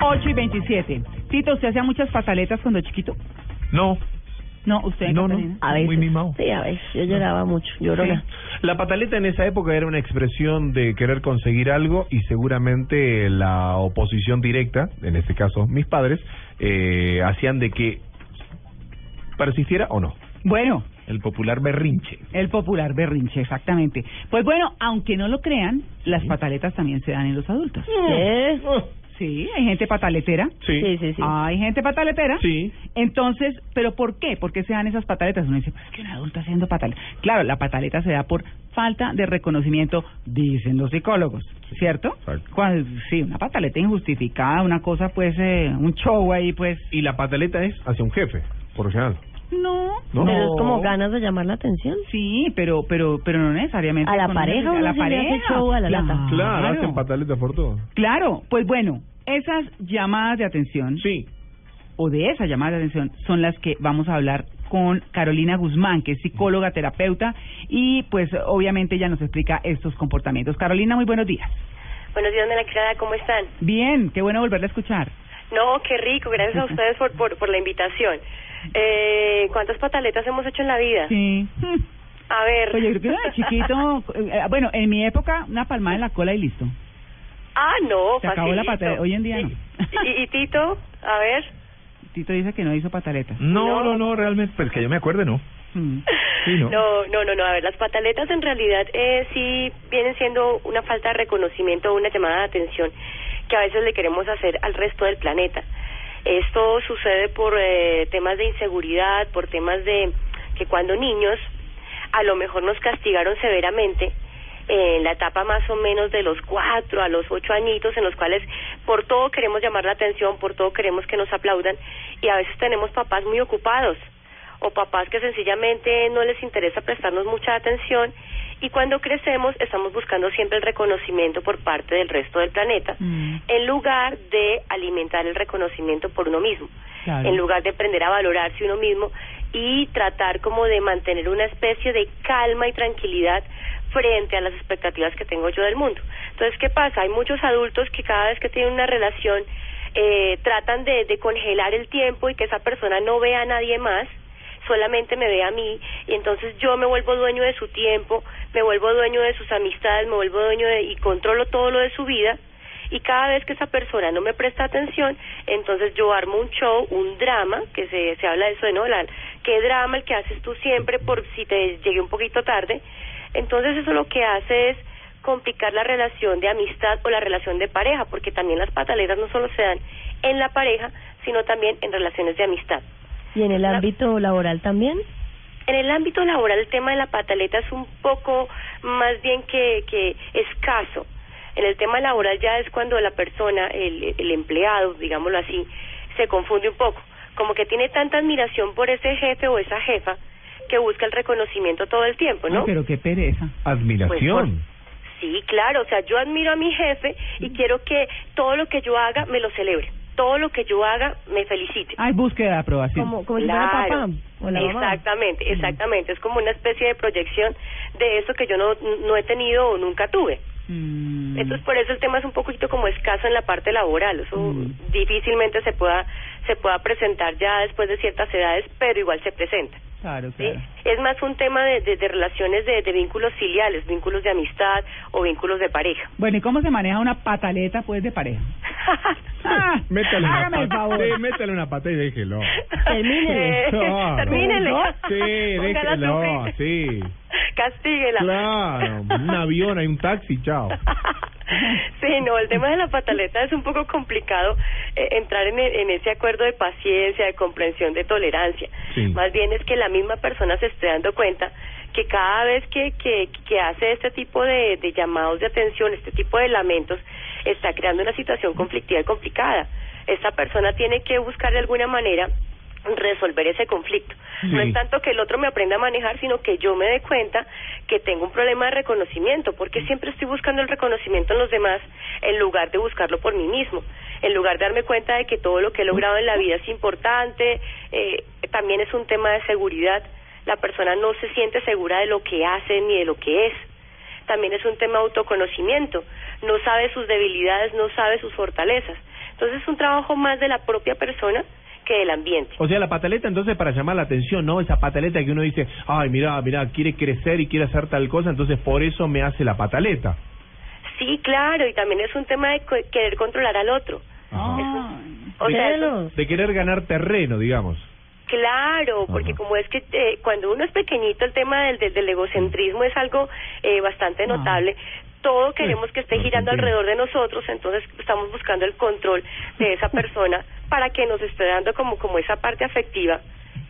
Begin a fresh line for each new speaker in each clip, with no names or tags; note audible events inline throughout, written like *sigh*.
8 y 27. Tito, ¿usted hacía muchas pataletas cuando chiquito?
No,
No, usted
no, no.
Catalina.
A veces.
Muy Ah. mimado.
Sí, a veces. Yo lloraba mucho, llorona.
La pataleta en esa época era una expresión de querer conseguir algo y seguramente la oposición directa, en este caso mis padres, eh, hacían de que persistiera o no.
Bueno,
El popular berrinche.
el popular berrinche, exactamente. Pues bueno, aunque no lo crean, las pataletas también se dan en los adultos.
¿Eh?
Sí, hay gente pataletera.
Ah. *laughs* Sí. Ah,
Sí, sí, sí.
Hay gente pataletera.
Sí.
Entonces, ¿pero por qué? ¿Por qué se dan esas pataletas? Uno dice, pues es que un adulto haciendo pataletas. Claro, la pataleta se da por falta de reconocimiento, dicen los psicólogos, ¿cierto?
exacto.
Cuando- sí, una pataleta injustificada, una cosa, pues, eh, un show ahí, pues.
Y la pataleta es hacia un jefe, por lo general.
No,
No.
Pero es como ganas de llamar la atención.
Sí, pero, pero, pero no necesariamente.
A la
con
pareja
una- a
uno
la
sí le hace
pareja.
show a la lata.
Ah, Claro,
Claro,
hacen pataletas por todo.
Claro, pues bueno, esas llamadas de atención
Sí.
o de esas llamadas de atención son las que vamos a hablar con Carolina Guzmán, que es psicóloga, terapeuta y pues obviamente ella nos explica estos comportamientos. Carolina, muy buenos días.
Buenos días, Nena Clara, ¿cómo están?
Bien, qué bueno volverla a escuchar.
No, qué rico, gracias a ustedes por, por, por la invitación. Eh, ¿Cuántas pataletas hemos hecho en la vida?
Sí. *laughs*
A ver.
Pues yo creo que uno
*laughs*
de chiquito, eh, bueno, en mi época una palmada en la cola y listo.
Ah, no,
Se acabó la
facilito.
pataleta. Hoy en día no.
Y, y- y Tito, a ver.
Tito dice que no hizo pataletas.
No, no,
No.
no, realmente, pues que yo me acuerde, no.
Mm.
Sí, no.
no, no, no, no, a ver, las pataletas en realidad eh, sí vienen siendo una falta de reconocimiento o una llamada de atención que a veces le queremos hacer al resto del planeta. Esto sucede por eh, temas de inseguridad, por temas de que cuando niños a lo mejor nos castigaron severamente eh, en la etapa más o menos de los cuatro a los ocho añitos en los cuales por todo queremos llamar la atención, por todo queremos que nos aplaudan y a veces tenemos papás muy ocupados o papás que sencillamente no les interesa prestarnos mucha atención y cuando crecemos estamos buscando siempre el reconocimiento por parte del resto del planeta
Mm.
en lugar de alimentar el reconocimiento por uno mismo
Claro.
en lugar de aprender a valorarse uno mismo y tratar como de mantener una especie de calma y tranquilidad frente a las expectativas que tengo yo del mundo. Entonces, ¿qué pasa? Hay muchos adultos que cada vez que tienen una relación eh, tratan de, de congelar el tiempo y que esa persona no vea a nadie más, solamente me ve a mí, y entonces yo me vuelvo dueño de su tiempo, me vuelvo dueño de sus amistades, me vuelvo dueño de, y controlo todo lo de su vida, y cada vez que esa persona no me presta atención, entonces yo armo un show, un drama, que se, se habla de eso de no, La- qué drama el que haces tú siempre por si te llegué un poquito tarde. Entonces eso lo que hace es complicar la relación de amistad o la relación de pareja, porque también las pataletas no solo se dan en la pareja, sino también en relaciones de amistad.
¿Y en el
La-
ámbito laboral también?
En el ámbito laboral el tema de la pataleta es un poco más bien que, que escaso. En el tema laboral ya es cuando la persona, el, el empleado, digámoslo así, se confunde un poco. Como que tiene tanta admiración por ese jefe o esa jefa que busca el reconocimiento todo el tiempo, ¿no?
Ay, Ah, pero qué pereza.
Admiración.
Sí, claro, o sea, yo admiro a mi jefe y quiero que todo lo que yo haga me lo celebre, todo lo que yo haga me felicite.
Hay búsqueda de aprobación.
Como, como si fuera
Claro.
papá o la mamá. Mm.
Exactamente, exactamente. Es como una especie de proyección de eso que yo no, no he tenido o nunca tuve.
Mm.
Entonces, por eso el tema es un poquito como escaso en la parte laboral. Eso
Mm.
difícilmente se pueda, se pueda presentar ya después de ciertas edades, pero igual se presenta.
Claro,
¿sí?
claro.
Es más un tema de, de- de relaciones de, de vínculos filiales, vínculos de amistad o vínculos de pareja.
Bueno, ¿y cómo se maneja una pataleta, pues, de pareja?
*laughs*
Ah,
Métale una
hágame el
pata-
favor.
Sí, métale una pata y déjelo.
*laughs* Termínele.
*laughs* Eh,
Claro.
termínele.
Sí,
Póngala
déjelo,
sufrir.
sí.
*laughs* Castíguela.
Claro, un avión, hay un taxi, chao.
*laughs* Sí, no, el tema de la pataleta es un poco complicado eh, entrar en, e- en ese acuerdo de paciencia, de comprensión, de tolerancia.
Sí.
Más bien es que la misma persona se esté dando cuenta que cada vez que, que, que hace este tipo de, de llamados de atención, este tipo de lamentos, está creando una situación conflictiva y complicada. Esta persona tiene que buscar de alguna manera resolver ese conflicto. No
Sí.
es tanto que el otro me aprenda a manejar, sino que yo me dé cuenta que tengo un problema de reconocimiento, porque siempre estoy buscando el reconocimiento en los demás en lugar de buscarlo por mí mismo, en lugar de darme cuenta de que todo lo que he logrado en la vida es importante, eh, también es un tema de seguridad, la persona no se siente segura de lo que hace ni de lo que es. También es un tema de autoconocimiento, no sabe sus debilidades, no sabe sus fortalezas. Entonces es un trabajo más de la propia persona que del ambiente.
O sea, la pataleta entonces para llamar la atención, ¿no? Esa pataleta que uno dice, ay, mira, mira, quiere crecer y quiere hacer tal cosa, entonces por eso me hace la pataleta.
Sí, claro, y también es un tema de co- querer controlar al otro.
Ah.
O sea, eso-
De querer ganar terreno, digamos.
claro, porque
Ajá.
como es que eh, cuando uno es pequeñito el tema del, del, del egocentrismo es algo eh, bastante notable. Todo queremos que esté girando alrededor de nosotros, entonces estamos buscando el control de esa persona para que nos esté dando como, como esa parte afectiva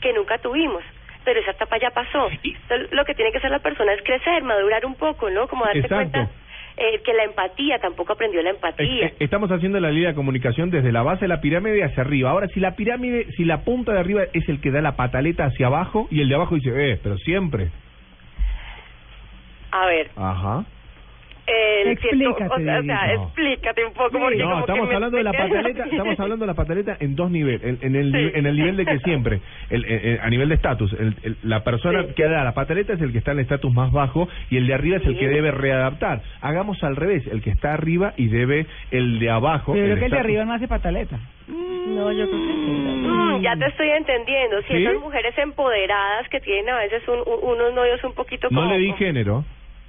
que nunca tuvimos. Pero esa etapa ya pasó. Entonces, lo que tiene que hacer la persona es crecer, madurar un poco, ¿no? Como darse
Exacto.
cuenta eh, que la empatía, tampoco aprendió la empatía.
Es- es- Estamos haciendo la línea de comunicación desde la base de la pirámide hacia arriba. Ahora, si la pirámide, si la punta de arriba es el que da la pataleta hacia abajo y el de abajo dice, eh, pero siempre.
A ver,
Ajá.
El
Explícate,
Eh, o sea, o sea,
Dieguito.
explícate un poco. porque
No,
como que
estamos
me-
hablando de la
me quedo
pataleta,
así.
estamos hablando de la pataleta en dos niveles, en, en el,
Sí.
nive- en el nivel de que siempre, el- el- el- a nivel de estatus, el- el- la persona
Sí.
que da la pataleta es el que está en el estatus más bajo y el de arriba es el que debe readaptar. Hagamos al revés, el que está arriba y debe el de abajo.
Pero yo creo que el de
estatus-
arriba no hace pataleta.
No, yo creo que sí.
*laughs* Mm, ya te estoy entendiendo. Si
¿Sí?
esas mujeres empoderadas que tienen a veces un- un- unos novios un poquito
No
como...
le di
como-
género.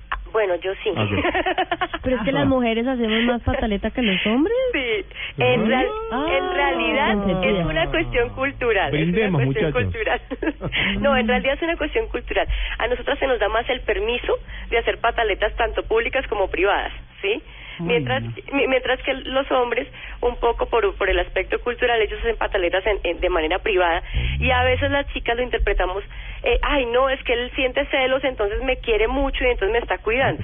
Ah, Bueno, yo sí.
Ok.
*laughs*
Pero es que
Ah.
las mujeres hacemos más pataleta que los hombres.
Sí, en, real-
Ah.
en realidad es una cuestión cultural.
Brindemos,
es una cuestión
muchachos.
cultural. *laughs* no, en realidad es una cuestión cultural. A nosotras se nos da más el permiso de hacer pataletas tanto públicas como privadas, ¿sí?
Ay,
Mientras,
no.
mi- mientras que los hombres, un poco por, por el aspecto cultural, ellos hacen pataletas en- en- de manera privada y a veces las chicas lo interpretamos, eh, ay no, es que él siente celos, entonces me quiere mucho y entonces me está cuidando.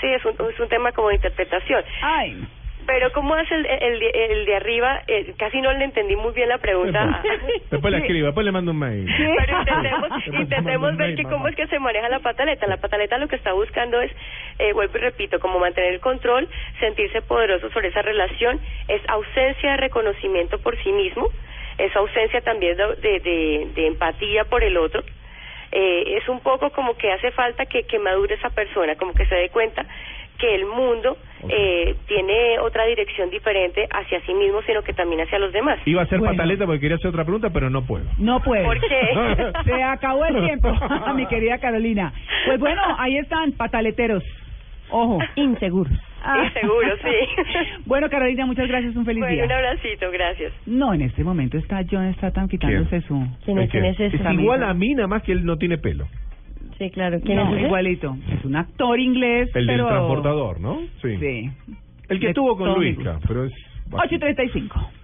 Sí, es un, es un tema como de interpretación.
Ay, no.
Pero ¿cómo hace el, el, de- el de arriba? Eh, casi no le entendí muy bien la pregunta.
Después la escribo, después le mando un mail.
Pero intentemos, intentemos ver
Mail,
que
mamá.
cómo es que se maneja la pataleta. La pataleta lo que está buscando es, eh, vuelvo y repito, como mantener el control, sentirse poderoso sobre esa relación, es ausencia de reconocimiento por sí mismo, es ausencia también de, de, de- de empatía por el otro. Eh, es un poco como que hace falta que, que madure esa persona, como que se dé cuenta que el mundo eh, tiene otra dirección diferente hacia sí mismo, sino que también hacia los demás.
Iba a hacer
Bueno.
pataleta porque quería hacer otra pregunta, pero no puedo.
No puede.
¿Por qué?
*laughs* Se acabó el tiempo, *laughs* mi querida Carolina. Pues bueno, ahí están, pataleteros. Ojo.
Inseguros.
Ah.
Seguro, sí.
*laughs* Bueno, Carolina, muchas gracias, un feliz
Bueno, un
día.
abracito, gracias.
No, en este momento está John Statham quitándose su...
¿Quién es, quién es
Es
ese?
igual a mí, nada más que él no tiene pelo.
Sí, claro. ¿Quién
No,
es ese?
igualito. Es un actor inglés,
El
pero...
del transportador, ¿no?
Sí.
El que
De
estuvo con
todo mi
Luisca,
gusto.
pero es...
8.35.